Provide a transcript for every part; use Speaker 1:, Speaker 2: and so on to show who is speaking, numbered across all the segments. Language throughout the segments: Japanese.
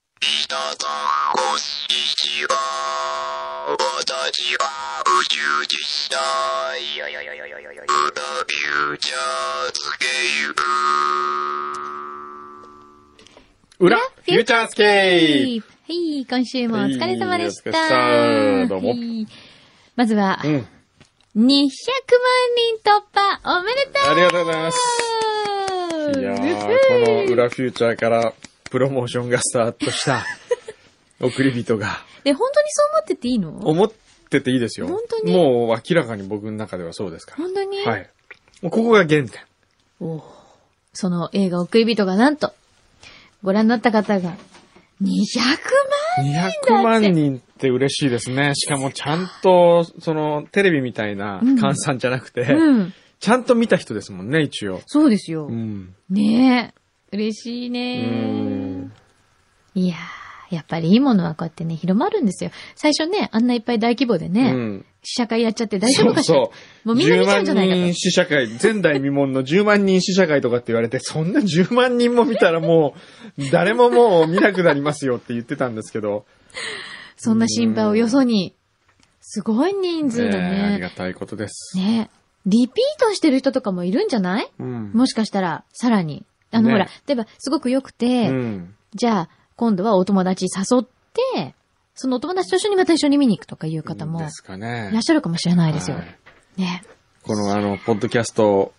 Speaker 1: 皆さん、こんにちは。私は宇宙実体。プロフューチャーズゲー
Speaker 2: 裏、フューチャースケープ
Speaker 3: はい、今週もお疲れ様でした。
Speaker 2: はいお疲れ様でしたどうも
Speaker 3: はいまずは、
Speaker 2: うん。
Speaker 3: 200万人突破おめでとう
Speaker 2: ありがとうございます。いやー、この裏フューチャーからプロモーションがスタート した、送り人が、
Speaker 3: で、本当にそう思ってていいの本
Speaker 2: 思ってていいですよ。
Speaker 3: 本当に
Speaker 2: もう明らかに僕の中ではそうですから。
Speaker 3: 当に、
Speaker 2: はい。もうここが原点。
Speaker 3: おーその映画、送り人がなんと、ご覧になった方が、200万
Speaker 2: 200万人って嬉しいですね。しかもちゃんと、その、テレビみたいな
Speaker 3: うん
Speaker 2: 換算じゃなくて、
Speaker 3: うん。
Speaker 2: ちゃんと見た人ですもんね、一応。
Speaker 3: そうですよ。
Speaker 2: うん。
Speaker 3: ねえ。嬉しいうね
Speaker 2: ん。
Speaker 3: いやー、やっぱりいいものはこうやってね、広まるんですよ。最初ね、あんないっぱい大規模で
Speaker 2: う
Speaker 3: ね、
Speaker 2: ん。
Speaker 3: 試写会やっちゃって大丈夫かしら
Speaker 2: そうそう。
Speaker 3: もうみんな見ちゃうんじゃないか
Speaker 2: 10万人
Speaker 3: と。
Speaker 2: 死者会、前代未聞の10万人死者会とかって言われて、そんな10万人も見たらもう、誰ももう見なくなりますよって言ってたんですけど。
Speaker 3: そんな心配をよそに。すごい人数だ
Speaker 2: えあり
Speaker 3: ね。
Speaker 2: がたいことです。
Speaker 3: ねリピートしてる人とかもいるんじゃない
Speaker 2: うん。
Speaker 3: もしかしたら、さらに。あの、
Speaker 2: ね
Speaker 3: ほら、例えば、すごく良くて、
Speaker 2: うん。
Speaker 3: じゃあ、今度はお友達誘って、そのお友達と一緒にまた一緒に見に行くとかいう方も
Speaker 2: で、すかね。
Speaker 3: いらっしゃるかもしれないですよ。
Speaker 2: はい
Speaker 3: ね。
Speaker 2: このあの、ポッドキャストを、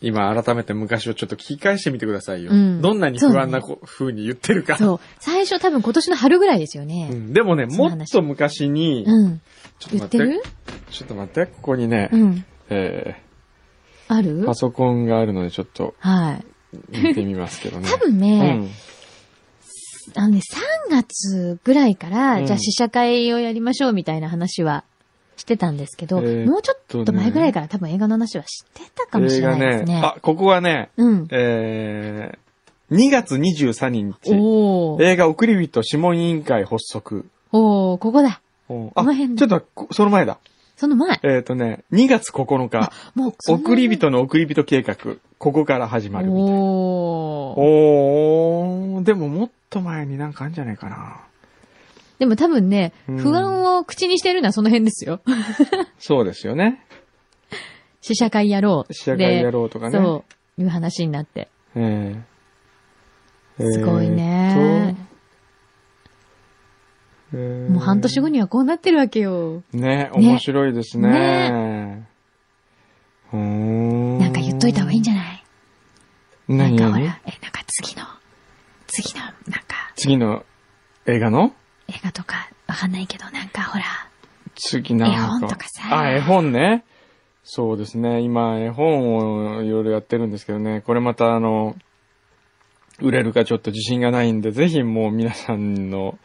Speaker 2: 今改めて昔をちょっと聞き返してみてくださいよ。
Speaker 3: うん
Speaker 2: どんなに不安なこ風に言ってるか。
Speaker 3: そう。最初多分今年の春ぐらいですよ
Speaker 2: う
Speaker 3: ね。
Speaker 2: んでもね、
Speaker 3: その
Speaker 2: もっ
Speaker 3: 話
Speaker 2: と昔に、
Speaker 3: うん。
Speaker 2: ちょっと
Speaker 3: 言っ
Speaker 2: 待
Speaker 3: て
Speaker 2: って
Speaker 3: る、
Speaker 2: ちょっと待って、ここにね、
Speaker 3: うん。
Speaker 2: え
Speaker 3: ある
Speaker 2: ー、パソコンがあるのでちょっと
Speaker 3: はい。
Speaker 2: 見てみますけどね。
Speaker 3: 多分ね、あのね、3月ぐらいから、
Speaker 2: うん
Speaker 3: じゃあ試写会をやりましょうみたいな話はしてたんですけど、
Speaker 2: えー
Speaker 3: もうちょっと前ぐらいから多分映画の話はしてたかもしれないですね。
Speaker 2: 映画あ、ここはね、
Speaker 3: うん。
Speaker 2: えー、2月23日、
Speaker 3: おー。
Speaker 2: 映画送り人諮問委員会発足。
Speaker 3: おー、ここだ。
Speaker 2: おあ、
Speaker 3: この辺だ
Speaker 2: ちょっとこ、その前だ。
Speaker 3: その前。
Speaker 2: えっ、とね、2月9日、
Speaker 3: もうそんな
Speaker 2: 送り人の送り人計画、ここから始まるみたいな。
Speaker 3: おー。
Speaker 2: おー、でももっと前になんかあるんじゃないかな。
Speaker 3: でも多分ね、
Speaker 2: うん
Speaker 3: 不安を口にしてるのはその辺ですよ。
Speaker 2: そうですよね。
Speaker 3: 試写会やろ う。
Speaker 2: 試写会や
Speaker 3: う
Speaker 2: ろうとかね。
Speaker 3: そう。いう話になって。
Speaker 2: ええ
Speaker 3: すごいね。
Speaker 2: えーと
Speaker 3: もう半年後にはこうなってるわけよ。
Speaker 2: ね、面白いですね。うーん。
Speaker 3: なんか言っといた方がいいんじゃない
Speaker 2: ゃ
Speaker 3: なん
Speaker 2: 何
Speaker 3: かほ
Speaker 2: 何
Speaker 3: ら、え、なんか次の、次の、なんか、
Speaker 2: 次の映画の
Speaker 3: 映画とか、わかんないけど、なんかほら、
Speaker 2: 次なんか。
Speaker 3: 絵本とかさ
Speaker 2: あ、絵本ね。そうですね。今、絵本をいろいろやってるんですけどね。これまたあの、売れるかちょっと自信がないんで、ぜひもう皆さんの、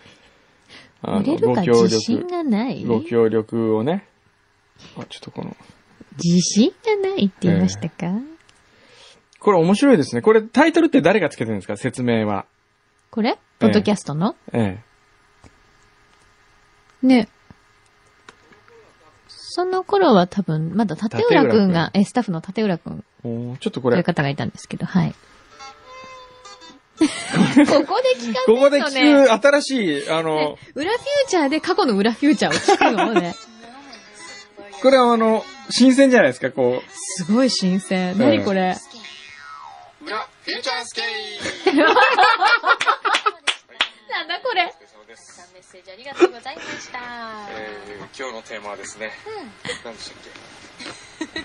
Speaker 2: あ
Speaker 3: 売れ
Speaker 2: の、
Speaker 3: る
Speaker 2: ご
Speaker 3: か
Speaker 2: 協
Speaker 3: 自信
Speaker 2: 力、
Speaker 3: がない
Speaker 2: ご協力をね。あ、ちょっとこの、
Speaker 3: 自信がないって言いましたか、
Speaker 2: これ面白いですね。これタイトルって誰がつけてるんですか説明は。
Speaker 3: これポッドキャストの、
Speaker 2: ええ。
Speaker 3: ね。その頃は多分、まだ立浦くんが、え、スタッフの立浦くん
Speaker 2: おーちょっとこと
Speaker 3: いう
Speaker 2: れ、こ
Speaker 3: 方がいたんですけど、 はい。ここで聞かない
Speaker 2: ことで
Speaker 3: ね。
Speaker 2: 聞く新しい、あの、
Speaker 3: 裏フューチャーで過去の裏フューチャーを聞くのもね、
Speaker 2: これはあの、新鮮じゃないですか、こう。
Speaker 3: すごい新鮮。何これ。
Speaker 1: ム。裏フューチャースケー
Speaker 3: なんだこれ。
Speaker 4: メッセージありがとうございました。
Speaker 2: 今日のテーマはですね、何でしたっ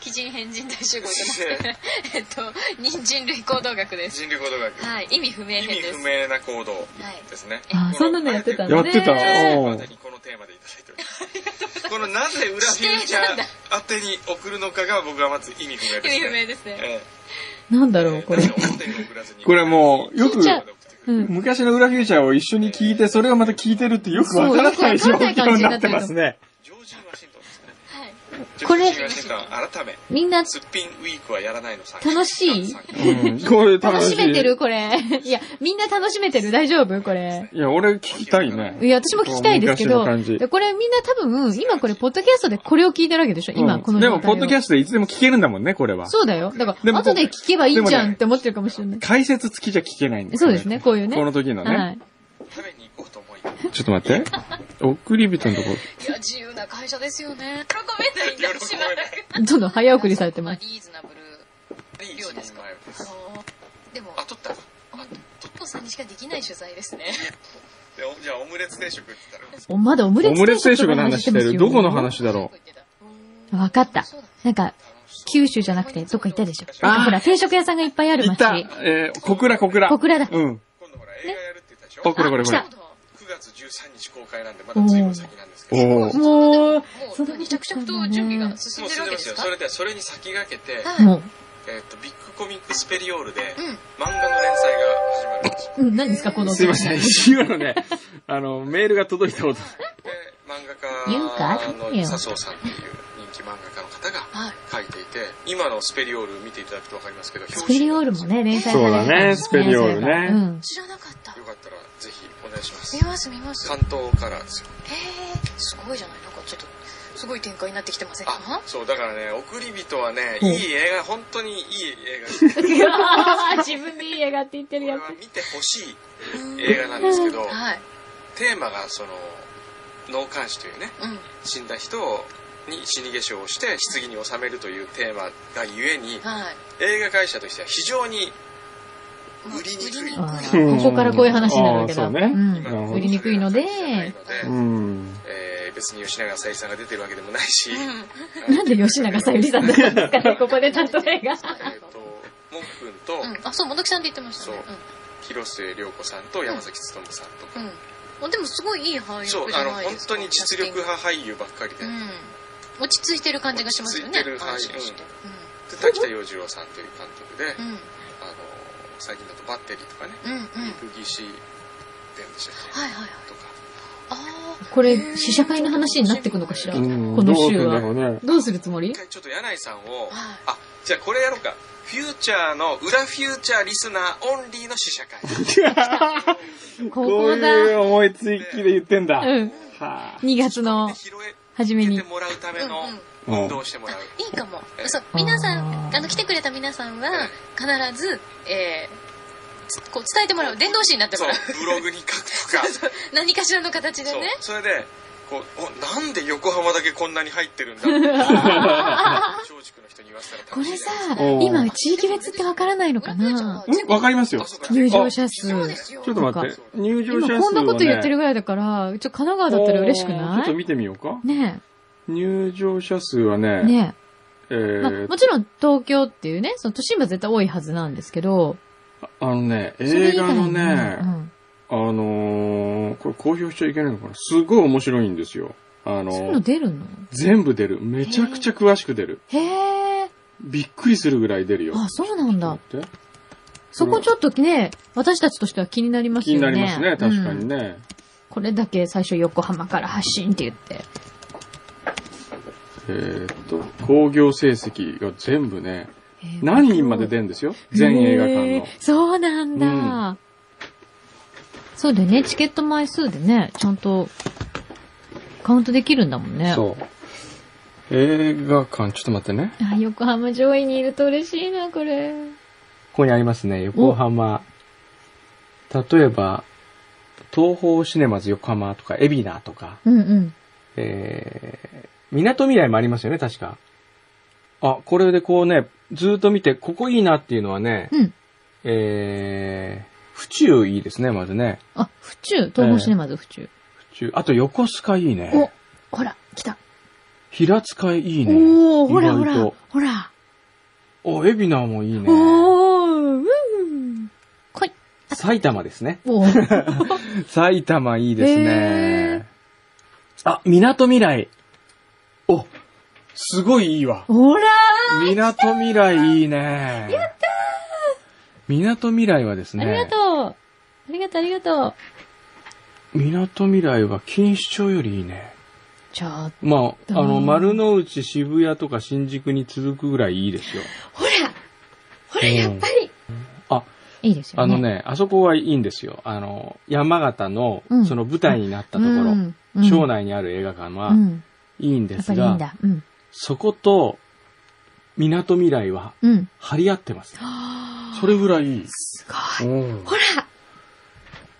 Speaker 4: 基人変人大集合じゃなくて、えっと、人参類行動学です。
Speaker 5: 人類行動学
Speaker 4: はい、意味不明
Speaker 5: 意
Speaker 4: 編
Speaker 5: 味
Speaker 4: です。
Speaker 5: 不明な行動
Speaker 4: はい。
Speaker 5: ですね。
Speaker 3: あ、そんなのやってたんだ
Speaker 2: や
Speaker 3: ね。
Speaker 2: ってたお
Speaker 5: まさにこのテーマでいただいております。このなぜ裏フューチャー宛てに送るのかが僕はまず意味不明です、ね。
Speaker 4: 意味不明ですね。
Speaker 5: え
Speaker 3: なんだろ
Speaker 5: え
Speaker 3: う、これ
Speaker 5: な。ぜ表に送らずに
Speaker 2: これもう、よく
Speaker 3: 聞い、ちゃうん。
Speaker 2: 昔の裏フューチャーを一緒に聞いて、それをまた聞いてるってよくわからない
Speaker 3: そう
Speaker 2: 状
Speaker 3: よくわからない感
Speaker 2: 況に
Speaker 3: じにな
Speaker 2: な
Speaker 3: っ
Speaker 2: ってて
Speaker 3: る
Speaker 2: ますね。
Speaker 5: ジョージ・ワシントンですね。
Speaker 4: はい。
Speaker 5: ジョ
Speaker 3: これ
Speaker 5: ージ・ワシントン、改め、
Speaker 3: みんな
Speaker 5: すっぴんウィークはやらないのさ。
Speaker 3: 楽しい
Speaker 5: 参加
Speaker 2: うんこれ
Speaker 3: 楽しめて
Speaker 2: い。
Speaker 3: るこれ。いや、みんな楽しめてる大丈夫これ。
Speaker 2: いや、俺聞きたいね。
Speaker 3: いや、私も聞きたいですけ
Speaker 2: 昔の
Speaker 3: ど、
Speaker 2: 感じ
Speaker 3: でこれみんな多分、今これ、ポッドキャストでこれを聞いてるわけでしょ今、
Speaker 2: うん
Speaker 3: この
Speaker 2: で
Speaker 3: 状態を、
Speaker 2: も、ポッドキャストでいつでも聞けるんだもんね、これは。
Speaker 3: そうだよ。だか
Speaker 2: で
Speaker 3: ら、
Speaker 2: も
Speaker 3: 後で聞けばいいじゃんって思ってるかもしれない。
Speaker 2: 解説付きじゃ聞けないんだよ
Speaker 3: そうですね、こういうね。
Speaker 2: この時の
Speaker 3: は
Speaker 2: ね。
Speaker 3: い。
Speaker 5: 食べに行こ
Speaker 2: ちょっと待って。 送り人のとこ
Speaker 4: いや、自由な会社ですよ ね。喜べないんだ、しばらく。
Speaker 3: どんどん早送りされてます。
Speaker 4: リーズナブル。
Speaker 5: いい
Speaker 4: 量ですかそうでも、
Speaker 5: あ、取った。
Speaker 4: トッポさんにしかできない取材ですね。
Speaker 5: でおじゃあオムレツ定食って言ったら。
Speaker 3: おまだオムレ
Speaker 2: オ
Speaker 3: ツ
Speaker 2: ムレツ定食の話して
Speaker 3: ます
Speaker 2: る。
Speaker 3: よ
Speaker 2: どこの話だろ
Speaker 3: わかった。なんか、九州じゃなくて、どっか行ったでしょ。なんかほら、定食屋さんがいっぱいあ
Speaker 2: う
Speaker 3: る
Speaker 2: い
Speaker 3: 町
Speaker 2: た。えー、小倉小倉。
Speaker 3: 小倉だ
Speaker 2: うん。
Speaker 5: 今度ほら映画やるって言ったでしょ。
Speaker 2: あ、これこれ
Speaker 3: 来
Speaker 2: こ
Speaker 3: た
Speaker 2: れ。
Speaker 5: 9月13日公開なんでまだずいぶん先なんですけど。
Speaker 2: おー。
Speaker 3: もう、
Speaker 4: も
Speaker 3: そん
Speaker 4: う、
Speaker 3: なこと言った
Speaker 4: 着々
Speaker 3: ら
Speaker 4: と
Speaker 3: ね
Speaker 4: 準備が進
Speaker 5: も
Speaker 4: ん
Speaker 5: う進
Speaker 4: でる
Speaker 5: んで
Speaker 4: わ
Speaker 5: ま
Speaker 4: けですす
Speaker 5: よ。
Speaker 4: か
Speaker 5: それではそれに先駆けて、
Speaker 4: はい
Speaker 3: も
Speaker 5: えっとビッグコミックスペリオールで
Speaker 4: うん
Speaker 5: 漫画の連載が始まるんですよ。
Speaker 3: う、うん、何ですか、この。
Speaker 2: すいません。石井のね、あの、メールが届いたこと。
Speaker 5: で漫
Speaker 3: 言うか
Speaker 5: 画家の
Speaker 3: 言えよ
Speaker 5: 佐藤さんっていう人気漫画家の方が
Speaker 4: はい。
Speaker 5: 書いていて、今のスペリオール見ていただくとわかりますけど、
Speaker 3: スペリオールもね、連載されてたんです
Speaker 2: そうだねスペリオールね
Speaker 3: うん。
Speaker 4: 知らなかった
Speaker 5: 表紙。がよかったらぜひお願いします
Speaker 4: 見。ます、見ます。へ
Speaker 5: 関東カラーですよ。
Speaker 4: え、すごいじゃない。なんかちょっと、すごい展開になってきてません
Speaker 5: あ
Speaker 4: か、
Speaker 5: そう、だからね、送り人はね、
Speaker 3: うん
Speaker 5: いい映画、本当にいい映画。
Speaker 3: 自分でいい映画って言ってる
Speaker 5: これ
Speaker 3: や
Speaker 5: は見てほしい
Speaker 4: うん
Speaker 5: 映画なんですけど、
Speaker 4: はい。
Speaker 5: テーマがその、脳幹視というね、
Speaker 4: うん。
Speaker 5: 死んだ人に死に化粧をして、棺に納めるというテーマがゆえに、
Speaker 4: はい。
Speaker 5: 映画会社としては非常に売りにくい。
Speaker 3: つ。うんここからこういう話になるわけだ。
Speaker 2: あーそうね
Speaker 5: 今
Speaker 3: ん。
Speaker 5: の
Speaker 3: 売りにくいので
Speaker 2: うん。
Speaker 5: えー別に吉永小百合さんが出てるわけでもないし、
Speaker 4: うん。
Speaker 3: なんで吉永さゆりさんだったんですか ね、ここで例えが。
Speaker 5: えっと、もっくんと、
Speaker 4: うん、あそうもどきさんって言ってましたね
Speaker 5: そう広末涼子さんと山崎努さんと
Speaker 4: う
Speaker 5: か、
Speaker 4: ん、うん、あでもすごいいい俳優じ
Speaker 5: そう、あ
Speaker 4: ゃ
Speaker 5: の、
Speaker 4: ない
Speaker 5: 本
Speaker 4: ですか
Speaker 5: 当に実力派俳優ばっかりで、
Speaker 4: うん落ち着いてる感じがしますよ
Speaker 5: 落ち着
Speaker 4: ね
Speaker 5: いてるはい
Speaker 4: 安心して
Speaker 5: で滝田洋次郎さんという監督で、
Speaker 4: うん
Speaker 5: あの最近だと「バッテリー」とかね
Speaker 4: うんうんうん
Speaker 5: 「ギシデンでしたっけ
Speaker 4: はいはいはい
Speaker 5: とか
Speaker 4: あ
Speaker 3: これ、試写会の話になってくのかしら
Speaker 2: う
Speaker 3: こ
Speaker 2: ん
Speaker 3: の週
Speaker 2: どう
Speaker 3: は。
Speaker 2: なんだろうね。
Speaker 3: どうするつもり
Speaker 5: 一回ちょっと柳井さんを、
Speaker 4: あはい
Speaker 5: あじゃあこれやろうかフューチャーの裏フューチャーリスナーオンリーの試写会
Speaker 3: こ
Speaker 2: こう
Speaker 3: こだ。
Speaker 2: いう思いつきで言ってんだ。は
Speaker 3: うん。
Speaker 2: あ。
Speaker 3: 2月の
Speaker 5: で拾
Speaker 3: 初め
Speaker 5: え
Speaker 3: に
Speaker 5: て。もらうため
Speaker 4: うん
Speaker 5: の
Speaker 4: うん
Speaker 5: 運動をしてもらう、
Speaker 4: いいかもそう皆さんあの来てくれた皆さんは必ずえーつこう伝えてもらう伝道師になって
Speaker 5: そ
Speaker 4: も
Speaker 5: う
Speaker 4: らう
Speaker 5: ブログに書くと かそう
Speaker 4: 何かしらの形でね
Speaker 5: それでこうおなんで横浜だけこんなに入ってるんだって 松竹の人に言わせたら
Speaker 3: こ
Speaker 5: 楽しい
Speaker 3: れ
Speaker 5: じ
Speaker 3: さ
Speaker 5: ゃない、
Speaker 2: うん
Speaker 3: 今、地域別ってわからないのかな
Speaker 2: うんわかりますよ。
Speaker 5: ですか
Speaker 3: 入場者数。
Speaker 4: そうですよ
Speaker 2: ちょっと待って。入場者
Speaker 3: 今
Speaker 2: 数、ね。
Speaker 3: こんなこと言ってるぐらいだから、ちょ、神奈川だったら嬉しく
Speaker 2: おー
Speaker 3: な
Speaker 2: ちょっと
Speaker 3: い
Speaker 2: 見てみようか。
Speaker 3: ね
Speaker 2: 入場者数はね、
Speaker 3: え。ね
Speaker 2: え
Speaker 3: え。
Speaker 2: ー
Speaker 3: まあ、もちろん東京っていうね、その都心部は絶対多いはずなんですけど、
Speaker 2: あのね、
Speaker 3: それ
Speaker 2: 映
Speaker 3: 以外
Speaker 2: 画の
Speaker 3: に
Speaker 2: ね、あのーこれ公表しちゃいけないのかなすごい面白いんですよ。あの
Speaker 3: うん。
Speaker 2: ー
Speaker 3: そういうの出るの
Speaker 2: 全部出る。めちゃくちゃ詳しく出る。
Speaker 3: へえ。
Speaker 2: びっくりするぐらい出るよ。
Speaker 3: あ、そうなんだ。
Speaker 2: ちょっと待って
Speaker 3: そこちょっとね、私たちとしては気になります
Speaker 2: 気
Speaker 3: よ
Speaker 2: にな
Speaker 3: ね。
Speaker 2: りますね、確かに
Speaker 3: うん
Speaker 2: ね。
Speaker 3: これだけ最初横浜から発信って言って。
Speaker 2: えーっと、興行成績が全部ね、
Speaker 3: へえ
Speaker 2: 何人まで出るんですよ全映画
Speaker 3: へ
Speaker 2: 館
Speaker 3: えそうなんだ。
Speaker 2: う
Speaker 3: そうだよね、チケット枚数でね、ちゃんとカウントできるんだもんね。
Speaker 2: の。そう。映画館、ちょっと待ってね。
Speaker 3: あ、横浜上位にいると嬉しいな、これ。
Speaker 2: ここにありますね、横浜。例えば、東宝シネマズ横浜とか、エビナとか、
Speaker 3: うんうん。
Speaker 2: えー、港未来もありますよね、確か。あ、これでこうね、ずーっと見て、ここいいなっていうのはね、
Speaker 3: うん。
Speaker 2: えー、府中いいですね、まずね。
Speaker 3: あ、府中、東宝シネマズ府中。
Speaker 2: 府中。あと横須賀いいね。
Speaker 3: お、ほら、来た。
Speaker 2: 平塚いいね。
Speaker 3: おー、ほら
Speaker 2: 意
Speaker 3: ほら
Speaker 2: 外と、
Speaker 3: ほら。
Speaker 2: お、海老名もいいね。
Speaker 3: おー、うん。来い。
Speaker 2: 埼玉ですね。
Speaker 3: おー、
Speaker 2: 埼玉いいですね。あ、港未来。お、すごいいいわ。
Speaker 3: ほら
Speaker 2: 港未来いいね。やった港未来はです
Speaker 3: ー
Speaker 2: ね。
Speaker 3: ありがとう。ありがとう、ありがとう。
Speaker 2: 港未来は錦糸町よりいいね。
Speaker 3: ちょっ
Speaker 2: まあ、あ
Speaker 3: ど
Speaker 2: の、
Speaker 3: う
Speaker 2: 丸の内、渋谷とか新宿に続くぐらいいいですよ。
Speaker 3: と、ほらほら、やっぱり
Speaker 2: あ、
Speaker 3: いいですよ
Speaker 2: あ
Speaker 3: ね。
Speaker 2: のね、あそこはいいんですよ。あの、山形の
Speaker 3: うん、
Speaker 2: その舞台になったとこ
Speaker 3: う
Speaker 2: ろ、
Speaker 3: ん、うん
Speaker 2: 町内にある映画館は
Speaker 3: うん。
Speaker 2: いいんで
Speaker 3: やっ
Speaker 2: す
Speaker 3: ぱりいいん
Speaker 2: が、
Speaker 3: だ。うん。
Speaker 2: そこと、港未来は
Speaker 3: うん。
Speaker 2: 張り合ってます。それぐらいいい。
Speaker 3: すごい。
Speaker 2: うん
Speaker 3: ほら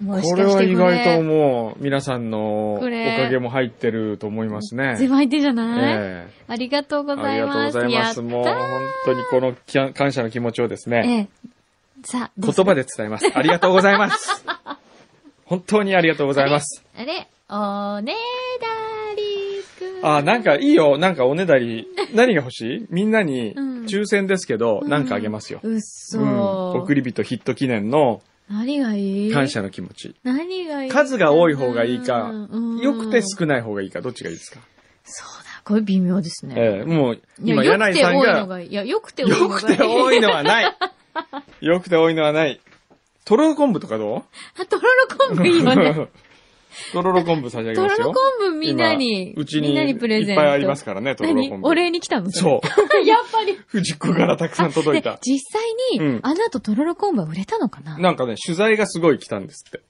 Speaker 3: も
Speaker 2: こ
Speaker 3: しか
Speaker 2: れ
Speaker 3: し
Speaker 2: は
Speaker 3: て
Speaker 2: 意
Speaker 3: これ。
Speaker 2: 外ともう、皆さんのおか
Speaker 3: これ
Speaker 2: げも入ってると思いますね。
Speaker 3: 全部入ってんじゃない、
Speaker 2: ええ
Speaker 3: ありがとうご
Speaker 2: あ
Speaker 3: ざ
Speaker 2: り
Speaker 3: い
Speaker 2: がとう
Speaker 3: ま
Speaker 2: ござ
Speaker 3: す。
Speaker 2: います。
Speaker 3: や
Speaker 2: もう、
Speaker 3: った
Speaker 2: 本当にこのきゃ感謝の気持ちをです
Speaker 3: え
Speaker 2: ね、
Speaker 3: え。さあ、ど
Speaker 2: 言
Speaker 3: うぞ
Speaker 2: 葉で伝えます。ありがとうござい ます。本当にありがとうございます。
Speaker 3: あれおねだりくん。
Speaker 2: あ、なんかいいよ。なんかおねだり、何が欲しいみんなに
Speaker 3: うん、
Speaker 2: 抽選ですけど、
Speaker 3: うん
Speaker 2: なんかあげますよ。
Speaker 3: うっそ
Speaker 2: うん。
Speaker 3: ー。
Speaker 2: 送り人ヒット記念の
Speaker 3: 何がいい
Speaker 2: 感。謝の気持ち。
Speaker 3: 何がいい
Speaker 2: 数が多い方がいいか
Speaker 3: うん
Speaker 2: よくて少ない方がいいか、どっちがいいですか
Speaker 3: そうだ、これ微妙ですね。
Speaker 2: ええ、もう、
Speaker 3: いや
Speaker 2: 今、柳井さん
Speaker 3: よくて多い
Speaker 2: が、
Speaker 3: のがいい。いや、よくて多いの
Speaker 2: よ
Speaker 3: がいい。
Speaker 2: くて多いのはない。よくて多いのはない。とろろ昆布とかど
Speaker 3: あ、とろろ
Speaker 2: う
Speaker 3: 昆布いいよ ね。
Speaker 2: とろろ昆布差し上げ
Speaker 3: と
Speaker 2: ま
Speaker 3: ろ
Speaker 2: すよ。
Speaker 3: ろ昆布みんなに、
Speaker 2: 今うち
Speaker 3: み
Speaker 2: に
Speaker 3: んなにプレゼント。
Speaker 2: いっぱいありますからね、とろろ
Speaker 3: 何
Speaker 2: 昆布。
Speaker 3: お礼に来たのう。
Speaker 2: そう。
Speaker 3: やっぱり。
Speaker 2: 藤子からたくさん届い
Speaker 3: で
Speaker 2: た。
Speaker 3: 実際に、
Speaker 2: うん
Speaker 3: あの後とろろ昆布は売れたのかな
Speaker 2: なんかね、取材がすごい来たんですって。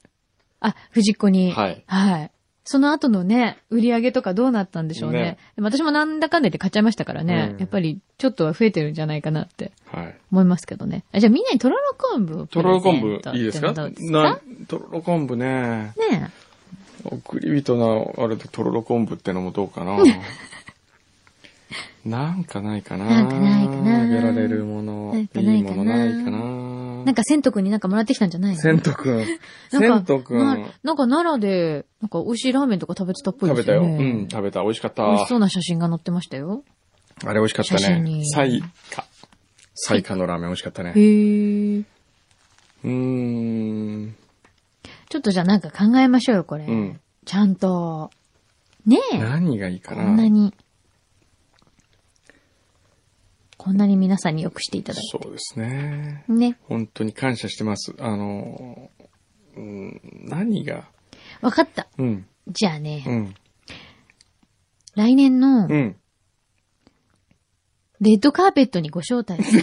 Speaker 3: あ、藤子に。
Speaker 2: はい。
Speaker 3: はい。その後のね、売り上げとかどうなったんでしょうね。
Speaker 2: ね
Speaker 3: でも私もなんだかんだ言って買っちゃいましたからね。
Speaker 2: うん
Speaker 3: やっぱり、ちょっとは増えてるんじゃないかなって
Speaker 2: はい。
Speaker 3: 思いますけどね。あじゃあみんなにとろろ昆布をプ
Speaker 2: と
Speaker 3: レ
Speaker 2: ろろ
Speaker 3: ゼ
Speaker 2: 昆
Speaker 3: ント
Speaker 2: 布いいですか
Speaker 3: ってのはどうです
Speaker 2: な
Speaker 3: か、
Speaker 2: とろろ昆布ね。
Speaker 3: ね
Speaker 2: 送り人のあれでとろろ昆布ってのもどうかな。なんかないかな。
Speaker 3: なんかないかな
Speaker 2: あげられるもの、
Speaker 3: なん
Speaker 2: い
Speaker 3: かないいかな
Speaker 2: ものないか
Speaker 3: え。
Speaker 2: な。
Speaker 3: なんか、千斗くんになんかもらってきたんじゃないの
Speaker 2: せんとくん。
Speaker 3: なん
Speaker 2: せ
Speaker 3: か
Speaker 2: んとく。
Speaker 3: なんなんか奈良で、なんか美味しいラーメンとか食べてたっぽい
Speaker 2: 食
Speaker 3: で
Speaker 2: べ
Speaker 3: す
Speaker 2: たよ。
Speaker 3: よ
Speaker 2: う
Speaker 3: ね。
Speaker 2: ん、食べた。美味しかっ
Speaker 3: 美味しそ
Speaker 2: た。
Speaker 3: うな写真が載ってましたよ。
Speaker 2: あれ美味しかった
Speaker 3: 写
Speaker 2: ね。
Speaker 3: 真に
Speaker 2: サイカ。サイカのラーメン美味しかったね。
Speaker 3: へー。
Speaker 2: うーん。
Speaker 3: ちょっとじゃあなんか考えましょうよ、これ。
Speaker 2: うん。
Speaker 3: ちゃんと。ねえ。
Speaker 2: 何がいいか
Speaker 3: こ
Speaker 2: な。
Speaker 3: んなに。こんなに皆さんによくしていただい
Speaker 2: そうですね。
Speaker 3: て。ね。
Speaker 2: 本当に感謝してます。あの、うん、何が、
Speaker 3: わかった。
Speaker 2: うん、
Speaker 3: じゃあね、
Speaker 2: うん、
Speaker 3: 来年の
Speaker 2: う ん。
Speaker 3: レッドカーペットにご招待する。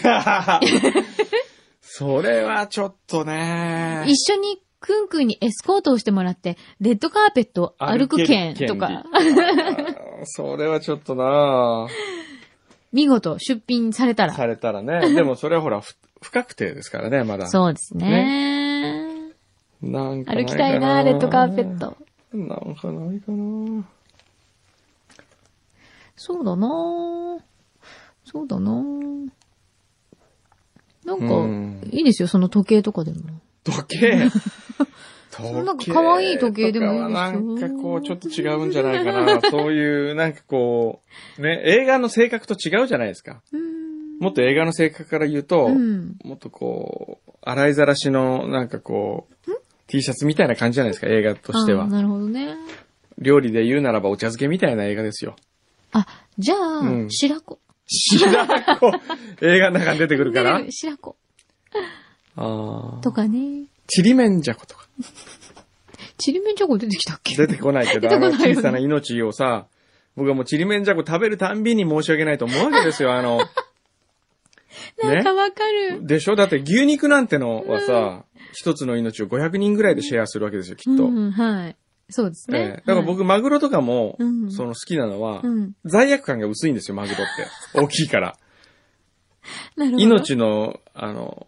Speaker 2: それはちょっとね。
Speaker 3: 一緒にくんくんにエスコートをしてもらって、レッドカーペットを歩く券とか、
Speaker 2: 歩ける権利。 それはちょっとな
Speaker 3: 見事出品されたら。
Speaker 2: されたらね。でもそれはほら、ふ不確定ですからね、まだ。
Speaker 3: そうですね
Speaker 2: なんかない
Speaker 3: 歩
Speaker 2: か
Speaker 3: きたいな、レッドカーペッ。ト。
Speaker 2: なんかないかな
Speaker 3: そうだなそうだななんか
Speaker 2: うん、
Speaker 3: いいですよ、その時計とかでも。
Speaker 2: 時計
Speaker 3: んなんか可愛い時計でもいい
Speaker 2: と
Speaker 3: ですよ
Speaker 2: かはなんかこう、ちょっと違うんじゃないかな。そういう、なんかこう、ね、映画の性格と違うじゃないですか。
Speaker 3: うん。
Speaker 2: もっと映画の性格から言うと、
Speaker 3: うん。
Speaker 2: もっとこう、洗いざらしの、なんかこう、T シャツみたいな感じじゃないですか、映画として
Speaker 3: あ
Speaker 2: は
Speaker 3: ー。なるほどね。
Speaker 2: 料理で言うならばお茶漬けみたいな映画ですよ。
Speaker 3: あ、じゃあ、
Speaker 2: うん
Speaker 3: 白子。
Speaker 2: 白子映画の中に出てくるから
Speaker 3: 出。る白子
Speaker 2: あ
Speaker 3: とかね。
Speaker 2: ちりめんじゃことか。
Speaker 3: ちりめんじゃこ出てきたっけ
Speaker 2: 出てこないけど、 あ
Speaker 3: 出てこ
Speaker 2: の
Speaker 3: ないよね
Speaker 2: 小さな命をさ、僕はもうちりめんじゃこ食べるたんびに申し訳ないと思うわけですよ、あの。
Speaker 3: な
Speaker 2: ね
Speaker 3: んかわかる。
Speaker 2: でしょだって牛肉なんてのはさ、一つの命を500人ぐらいでシェアするわけですよ、きっと。
Speaker 3: うん、はい。そうですね。
Speaker 2: ええだから僕、
Speaker 3: はい
Speaker 2: マグロとかも、
Speaker 3: うん
Speaker 2: その好きなのは、
Speaker 3: うん。
Speaker 2: 罪悪感が薄いんですよ、マグロ って。大きいから。
Speaker 3: なるほど。。
Speaker 2: 命の、あの、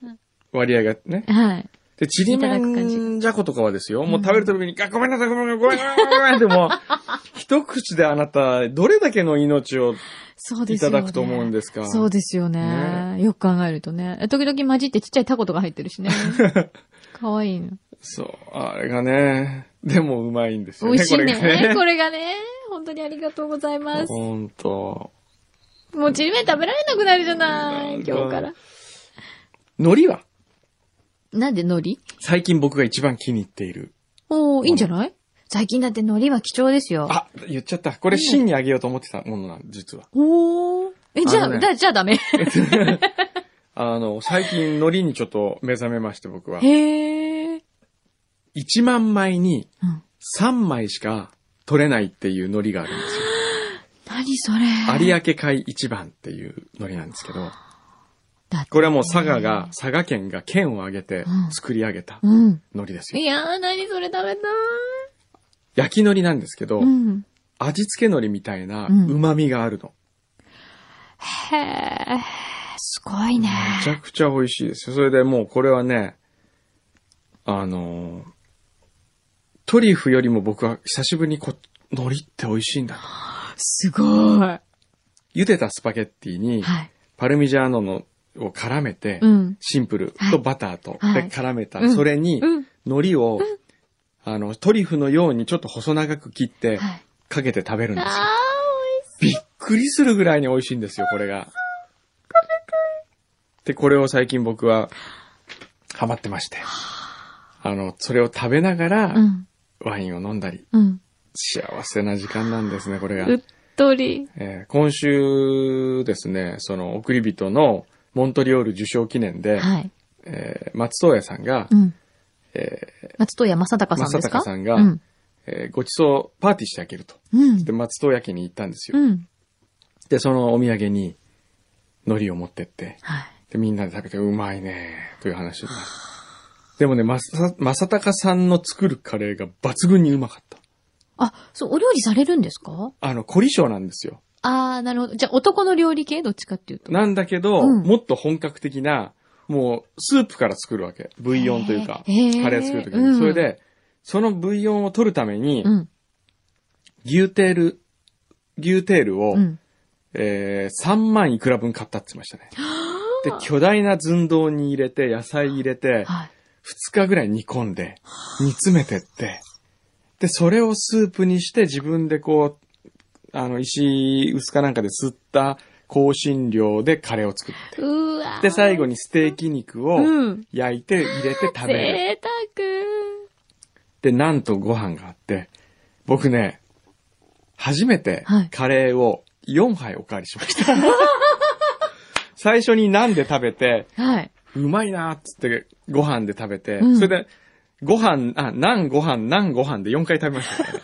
Speaker 2: 割合がね。
Speaker 3: はい。
Speaker 2: で、ちりめ
Speaker 3: いただく感じ
Speaker 2: んじゃことかはですよ、もう食べるたびに、あごめんなさい、ごめんなさい、ごめんなさい、ごめんなさい、でも、 一口であなた、どれだけの命を
Speaker 3: そうで
Speaker 2: い
Speaker 3: すよ、
Speaker 2: た
Speaker 3: ね。
Speaker 2: だくと思うんですか。
Speaker 3: そうですよねよく考えるとね。時々混じってちっちゃいタコとか入ってるし ね。かわいいの。
Speaker 2: そう、あれがね、でもうまいんですよ
Speaker 3: 美
Speaker 2: ね、
Speaker 3: 味しいんだよ
Speaker 2: これ
Speaker 3: ね。
Speaker 2: が
Speaker 3: これがね。本当にありがとうございま
Speaker 2: ね。
Speaker 3: す。
Speaker 2: ほんと。
Speaker 3: もうちりめん食べられなくなるじゃない。今日から。
Speaker 2: 海苔は
Speaker 3: なんで海苔
Speaker 2: 最近僕が一番気に入っている。
Speaker 3: おー、いいんじゃない最近だって海苔は貴重ですよ。
Speaker 2: あ、言っちゃった。これ芯にあげようと思ってたものなん、実は。
Speaker 3: おー。え、じゃ
Speaker 2: あ
Speaker 3: あ、
Speaker 2: のね
Speaker 3: だじゃあダメ。
Speaker 2: あの、最近海苔にちょっと目覚めまして、僕は。
Speaker 3: へー。
Speaker 2: 1万枚に
Speaker 3: うん
Speaker 2: 3枚しか取れないっていう海苔があるんですよ。
Speaker 3: 何それ。
Speaker 2: 有明海一番っていう海苔なんですけど、
Speaker 3: だって
Speaker 2: これはもう佐賀が、佐賀県が県を挙げて
Speaker 3: うん
Speaker 2: 作り上げた
Speaker 3: うん。
Speaker 2: 海苔ですよ
Speaker 3: い。やー、何それ食べたい。
Speaker 2: 焼き海苔なんですけど
Speaker 3: う、ん。
Speaker 2: 味付け海苔みたいな
Speaker 3: うん
Speaker 2: 旨味があるの。
Speaker 3: へー。すごいね。
Speaker 2: めちゃくちゃ美味しいですよ。それでもうこれはね、あのートリュフよりも僕は久しぶりにこ、海苔って美味しいんだ。
Speaker 3: すごい。は
Speaker 2: 茹でたスパゲッティに、
Speaker 3: い。
Speaker 2: パルミジャーノのを絡めて、
Speaker 3: うん。
Speaker 2: シンプル
Speaker 3: はい
Speaker 2: とバターと、
Speaker 3: は
Speaker 2: で
Speaker 3: い
Speaker 2: 絡めた、
Speaker 3: うん
Speaker 2: それに、
Speaker 3: うん。
Speaker 2: 海苔を、あの、トリュフのようにちょっと細長く切って、
Speaker 3: はい。
Speaker 2: かけて食べるんですよ。
Speaker 3: あ
Speaker 2: びっくりするぐらいに美味しいんですよ、これが。で、これを最近僕は、ハマってまして。あの、それを食べなが
Speaker 3: ー、う
Speaker 2: ら、
Speaker 3: ん。
Speaker 2: ワインを飲んだり、
Speaker 3: うん。
Speaker 2: 幸せな時間なんですね、これが
Speaker 3: う。っとり。
Speaker 2: えー今週ですね、その、送り人のモントリオール受賞記念で、
Speaker 3: はい。
Speaker 2: えー松任谷さんが、
Speaker 3: うん。
Speaker 2: え
Speaker 3: 松任谷正隆さんですか
Speaker 2: 正隆さんが
Speaker 3: うん。
Speaker 2: ーえーごちそうパーティーしてあげると。
Speaker 3: うん
Speaker 2: で、。松任谷家に行ったんですよ。
Speaker 3: うん。
Speaker 2: で、そのお土産に、海苔を持ってって、
Speaker 3: はい。
Speaker 2: で、みんなで食べてうまいねという話になる。でもね、まさ、まさたかさんの作るカレーが抜群にうまかった。
Speaker 3: あ、そう、お料理されるんですか
Speaker 2: あの、凝り性なんですよ。
Speaker 3: あー、なるほど。じゃあ、男の料理系どっちかっていうと。
Speaker 2: なんだけど、
Speaker 3: うん
Speaker 2: もっと本格的な、もう、スープから作るわけ。ブイヨンというか、
Speaker 3: へーへー
Speaker 2: カレー作るときに。
Speaker 3: うん
Speaker 2: それで、そのブイヨンを取るために、
Speaker 3: うん。
Speaker 2: 牛テール、牛テールを、
Speaker 3: うん。
Speaker 2: えー、3万いくら分買ったって言ってましたね。 で、巨大な寸胴に入れて、野菜入れて、
Speaker 3: はい。
Speaker 2: 二日ぐらい煮込んで、煮詰めてって、で、それをスープにして自分でこう、あの、石臼かなんかで吸った香辛料でカレーを作って。
Speaker 3: うわー
Speaker 2: で、最後にステーキ肉を
Speaker 3: うん
Speaker 2: 焼いて入れて食べる。
Speaker 3: 贅沢
Speaker 2: で、なんとご飯があって、僕ね、初めて
Speaker 3: はい
Speaker 2: カレーを4杯おかわりしました。 最初になんで食べて、
Speaker 3: はい。
Speaker 2: うまいなーっつって、ご飯で食べて、
Speaker 3: うん
Speaker 2: それで、ご飯、あ、なんご飯、なんご飯で4回食べました、ね。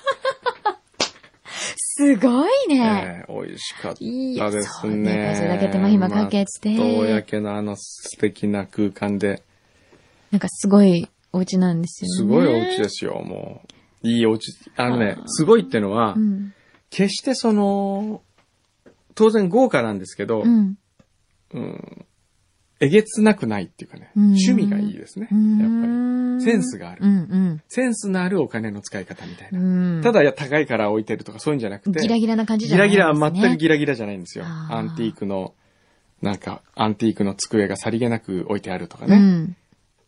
Speaker 3: すごい
Speaker 2: え
Speaker 3: ね。
Speaker 2: え美味しかっ
Speaker 3: いい
Speaker 2: た
Speaker 3: よ
Speaker 2: です
Speaker 3: そうね
Speaker 2: ね。
Speaker 3: それだけ手間暇かけて
Speaker 2: どうやけのあの素敵な空間で、
Speaker 3: なんかすごいお家なんですよね。
Speaker 2: すごいお家ですよ、もう。いいお家、あのね、すごいってのは、
Speaker 3: うん。
Speaker 2: 決してその、当然豪華なんですけど、
Speaker 3: うん。
Speaker 2: うんえげつなくないっていうかね、
Speaker 3: うん
Speaker 2: 趣味がいいですね、やっぱり。
Speaker 3: っ
Speaker 2: センスがある
Speaker 3: うん
Speaker 2: センスのあるお金の使い方みたい
Speaker 3: うん。
Speaker 2: な。
Speaker 3: うん。
Speaker 2: ただ、いや、高いから置いてるとかそういうんじゃなくて、
Speaker 3: ギラギラな感じじ
Speaker 2: ギ
Speaker 3: ゃな
Speaker 2: ラ
Speaker 3: い
Speaker 2: ギラは全く
Speaker 3: ラ。
Speaker 2: ギラギラじゃないんですよ。
Speaker 3: あー
Speaker 2: アンティークの、なんか、アンティークの机がさりげなく置いてあるとかね。
Speaker 3: うん。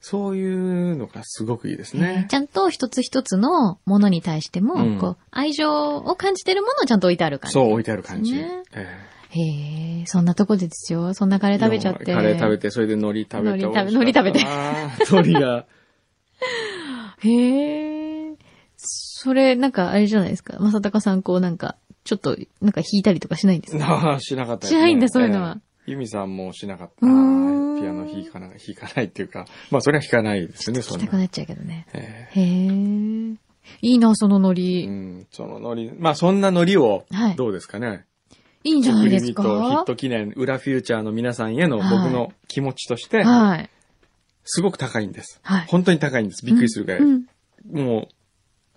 Speaker 2: そういうのがすごくいいですね
Speaker 3: ち。ゃんと一つ一つのものに対しても、
Speaker 2: うん
Speaker 3: こう、愛情を感じてるものをちゃんと置いてある感じ。
Speaker 2: そう、置いてある感じ。
Speaker 3: ね
Speaker 2: え
Speaker 3: へえ、そんなとこでですよ。そんなカレ
Speaker 2: え
Speaker 3: ー食べちゃって。
Speaker 2: カレー食べて、それで海苔食べて。
Speaker 3: 海苔食
Speaker 2: 美
Speaker 3: べ
Speaker 2: 味しかったな。海苔が。
Speaker 3: へえ。それ、なんか、あれじゃないですか。まさたかさん、こう、なんか、ちょっと、なんか弾いたりとかしないんですか
Speaker 2: なあ、しなかったですね
Speaker 3: しないんだそういうのは。
Speaker 2: ええ由美さんもしなかった。
Speaker 3: う
Speaker 2: ピア
Speaker 3: ーん
Speaker 2: ノ弾かない、弾かないっていうか、まあそれは弾かないですね、
Speaker 3: 聞
Speaker 2: そ
Speaker 3: き
Speaker 2: ん
Speaker 3: た
Speaker 2: な
Speaker 3: く。なっちゃうけどね。
Speaker 2: え
Speaker 3: へえ。いいな、そのノ
Speaker 2: えう
Speaker 3: リ。
Speaker 2: ん、その海苔、まあそんな海苔を
Speaker 3: はい、
Speaker 2: どうですかね。
Speaker 3: いいんじゃないですか
Speaker 2: リミットヒット記念、裏フューチャーの皆さんへの
Speaker 3: はい
Speaker 2: 僕の気持ちとして、
Speaker 3: はい。
Speaker 2: すごく高いんです。
Speaker 3: はい。
Speaker 2: 本当に高いんです。びっくりするぐらい。
Speaker 3: うん
Speaker 2: も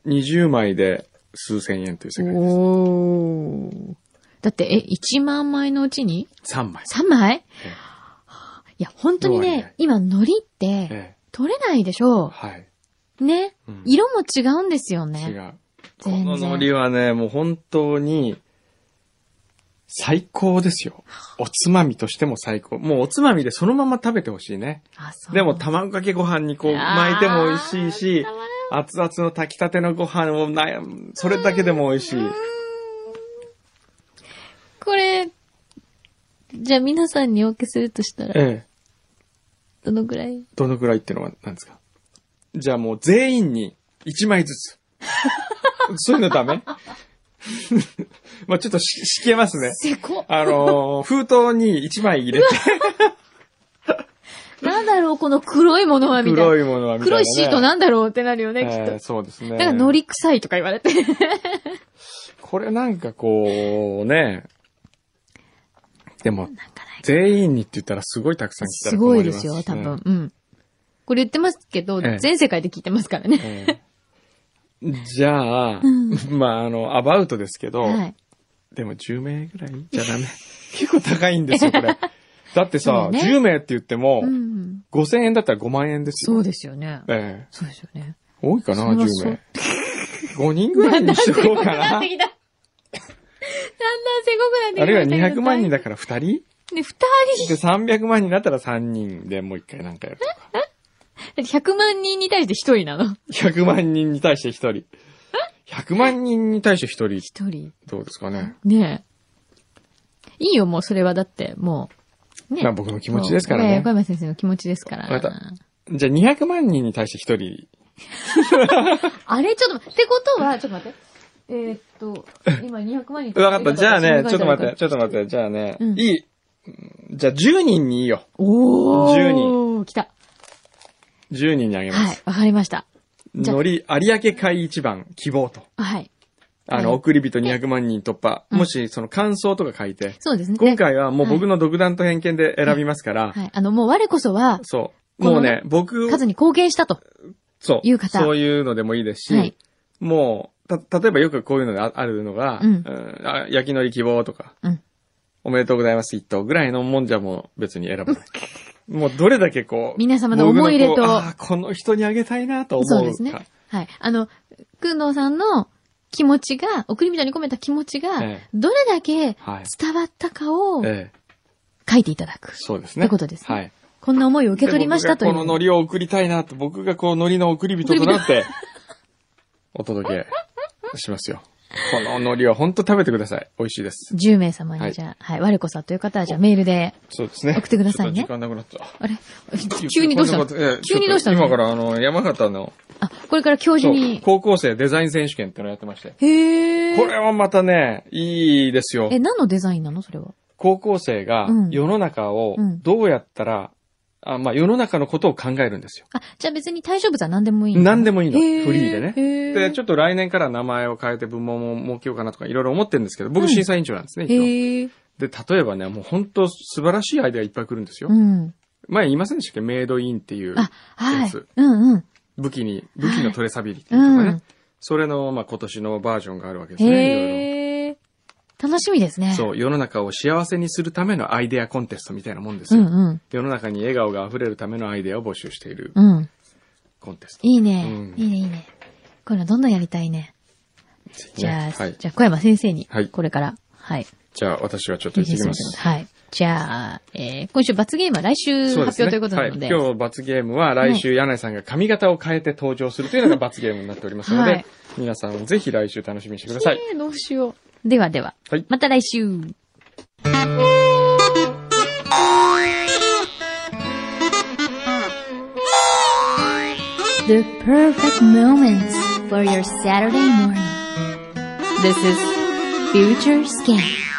Speaker 2: う、20枚で数千円という世界で
Speaker 3: おー。だって、え、1万枚のうちに
Speaker 2: す。3枚。
Speaker 3: 3
Speaker 2: え
Speaker 3: 枚
Speaker 2: え
Speaker 3: いや、本当に
Speaker 2: どうはいない
Speaker 3: ね、今、海苔って、
Speaker 2: ええ
Speaker 3: 取れないでしょ
Speaker 2: はい。
Speaker 3: う。ね。
Speaker 2: うん
Speaker 3: 色も違うんですよ
Speaker 2: 違
Speaker 3: ね。
Speaker 2: う。こ
Speaker 3: 全然
Speaker 2: の海苔はね、もう本当に、最高ですよ。おつまみとしても最高。もうおつまみでそのまま食べてほしいね。
Speaker 3: あ、そう
Speaker 2: でも卵かけご飯にこう巻いても美味しいし、熱々の炊きたてのご飯をな、それだけでも美味しい。
Speaker 3: これ、じゃあ皆さんにお受けするとしたら、
Speaker 2: ええ。
Speaker 3: どのぐらい
Speaker 2: どのくらいってのは何ですかじゃあもう全員に1枚ず つ。そういうのダメまあちょっとし、しけますね。
Speaker 3: せこ
Speaker 2: あのー封筒に1枚入れて、
Speaker 3: なんだろう、この黒いものはみたい
Speaker 2: 黒
Speaker 3: な。黒い
Speaker 2: いものはみたいな、ね。
Speaker 3: シートなんだろうってなるよね、きっと。
Speaker 2: えーそうですね。
Speaker 3: だから、ノリ臭いとか言わ れて。
Speaker 2: これなんかこう、ね。でも、全員にって言ったらすごいたくさん来た
Speaker 3: す
Speaker 2: ら
Speaker 3: ご
Speaker 2: 困
Speaker 3: い
Speaker 2: り
Speaker 3: で
Speaker 2: ますす、
Speaker 3: よ、多分。。うん。これ言ってますけど、
Speaker 2: ええ
Speaker 3: 全世界で聞いてますからね。
Speaker 2: えーじゃあ、まあ、あの、アバウトですけど、
Speaker 3: はい。
Speaker 2: でも10名ぐらいじゃダメ。 結構高いんですよ、 これ。だって
Speaker 3: そ
Speaker 2: さ、
Speaker 3: うね
Speaker 2: 10名って言っても、
Speaker 3: うん。
Speaker 2: 5000円だったら5万円ですよ。
Speaker 3: そうですよね。
Speaker 2: ええ
Speaker 3: そうですよね。
Speaker 2: 多いかな、
Speaker 3: それは
Speaker 2: 10
Speaker 3: そう
Speaker 2: 名。 5人ぐらいにし とこうか
Speaker 3: だ
Speaker 2: な。
Speaker 3: んだんせごくなってきた。だんだんせごくなってきた。
Speaker 2: あるいは200万人だから2人
Speaker 3: ね、二
Speaker 2: で、300万人になったら3人でもう一回なんかやるとか。
Speaker 3: 人。100万人に対して一人なの。
Speaker 2: 100万人に対して1人。100万人に対して1人、
Speaker 3: 一人。
Speaker 2: どうですかね。
Speaker 3: ねえ。いいよ、もうそれはだって、もう。ねえ
Speaker 2: まあ僕の気持ちですから
Speaker 3: もう
Speaker 2: ね
Speaker 3: 横。山先生の気持ちですから。
Speaker 2: わかっじゃあ200万人に対して1人。
Speaker 3: あれちょっと待って、ってことは、ちょっと待って。えーっと、今200万人
Speaker 2: わかった。じゃあね、ちょっと待って、
Speaker 3: ょ
Speaker 2: ちょっと待って、じゃあね、
Speaker 3: うん
Speaker 2: いい。うんじゃあ10人にいいよ。
Speaker 3: おー。
Speaker 2: 10人。
Speaker 3: 来た。
Speaker 2: 10人にあげま
Speaker 3: はい
Speaker 2: す。、
Speaker 3: わかりました。じゃあ
Speaker 2: のり、有明海一番、希望と。
Speaker 3: はい。
Speaker 2: あ
Speaker 3: は
Speaker 2: の、
Speaker 3: い
Speaker 2: 送り人200万人突破。
Speaker 3: うん
Speaker 2: もし、その感想とか書いて。
Speaker 3: そうですね。
Speaker 2: 今回はもう
Speaker 3: はい
Speaker 2: 僕の独断と偏見で選びますから、
Speaker 3: はい。あの、もう我こそは、
Speaker 2: そう。
Speaker 3: この
Speaker 2: もうね、僕、
Speaker 3: 数に貢献したと。
Speaker 2: そう。
Speaker 3: いう方
Speaker 2: そういうのでもいいですし、
Speaker 3: はい
Speaker 2: もう、た、例えばよくこういうのがああるのが、
Speaker 3: うん
Speaker 2: んあ焼きのり希望とか、
Speaker 3: うん
Speaker 2: おめでとうございます一等ぐらいのもんじゃもう別に選ばない。もうどれだけこう、
Speaker 3: 皆様の思い入れと
Speaker 2: 僕のこうああ、この人にあげたいなと思うか。
Speaker 3: そうですね。はい。あの、くんどうさんの気持ちが、送り人に込めた気持ちが
Speaker 2: ええ、
Speaker 3: どれだけ
Speaker 2: はい。
Speaker 3: 伝わったかを
Speaker 2: ええ、
Speaker 3: 書いていただく。
Speaker 2: そうですね。
Speaker 3: ということですね
Speaker 2: はい。
Speaker 3: こんな思いを受け取りましたとい
Speaker 2: で僕がこのノ
Speaker 3: う。
Speaker 2: リを送りたいなと、僕がこうノリの送り人とな って、お届けしますよ。このノリを本当食べてください。美味しいです。
Speaker 3: 10名様
Speaker 2: は
Speaker 3: に、
Speaker 2: い
Speaker 3: じゃあ、はい、我こそはという方は、じゃあメールで、
Speaker 2: そうですね。
Speaker 3: 送ってくださいね
Speaker 2: ちょっと時間なくなった。
Speaker 3: あれ急にどうしたの
Speaker 2: こんなことええ
Speaker 3: 急にどうした
Speaker 2: ちょ
Speaker 3: の
Speaker 2: っと今からあの、山形の、
Speaker 3: あ、これから教
Speaker 2: そ
Speaker 3: 授
Speaker 2: う
Speaker 3: に。
Speaker 2: 高校生デザイン選手権ってのをやってまして。
Speaker 3: へ
Speaker 2: これ
Speaker 3: ー。
Speaker 2: はまたね、いいですよ
Speaker 3: え、。何のデザインなのそれは。
Speaker 2: 高校生が
Speaker 3: うん
Speaker 2: 世の中を
Speaker 3: うん
Speaker 2: どうやったら、あまあ世の中のことを考えるんですよ。
Speaker 3: あ、じゃあ別に対象物は何でもいいの
Speaker 2: 何でもいいの。
Speaker 3: へ
Speaker 2: フリーでね。
Speaker 3: へ
Speaker 2: で、ち
Speaker 3: ょ
Speaker 2: ょ
Speaker 3: っ
Speaker 2: っと来年から名前を変えて部門を設けようかなとかいろいろ思ってるんですけど、僕審査委員長なんですね、
Speaker 3: へ
Speaker 2: 一応。
Speaker 3: ー。
Speaker 2: で、例えばね、もう本当素晴らしいアイデアいっぱい来るんですよ
Speaker 3: う。ん。
Speaker 2: 前言いませんでしたっけメイドインっていう
Speaker 3: あ、は
Speaker 2: や
Speaker 3: い
Speaker 2: つ。
Speaker 3: うんうん。
Speaker 2: 武器に、武器のトレサビリティと
Speaker 3: う
Speaker 2: かね
Speaker 3: ん。。
Speaker 2: それの、まあ、今年のバージョンがあるわけですね。いろい
Speaker 3: へー。楽しみですね。
Speaker 2: ろ。そう、世の中を幸せにするためのアイデアコンテストみたいなもんです
Speaker 3: う
Speaker 2: よ。
Speaker 3: んうん。
Speaker 2: 世の中に笑顔が溢れるためのアイデアを募集している
Speaker 3: うん。
Speaker 2: コンテスト。
Speaker 3: いいね。
Speaker 2: うん
Speaker 3: いいね、いいね。こういうのどんどんやりたいね。じゃあ、
Speaker 2: ねはい。
Speaker 3: じゃあ、小山先生に
Speaker 2: はい、
Speaker 3: これから、はい。
Speaker 2: じゃあ、私はちょっと行ってきま
Speaker 3: 提言
Speaker 2: す。
Speaker 3: るはい。じゃあ、えー、今週罰ゲームは来週発
Speaker 2: そうです
Speaker 3: 表
Speaker 2: ね。
Speaker 3: ということなので。
Speaker 2: はい、今日罰ゲームは来週、柳井さんが髪型を変えて登場するというのが罰ゲームになっておりますので、
Speaker 3: はい
Speaker 2: 皆さんぜひ来週楽しみにしてください。
Speaker 3: えーどうしよう。ではでは、
Speaker 2: はい
Speaker 3: また来週。The perfect moments for your Saturday morning. This is Future Scan.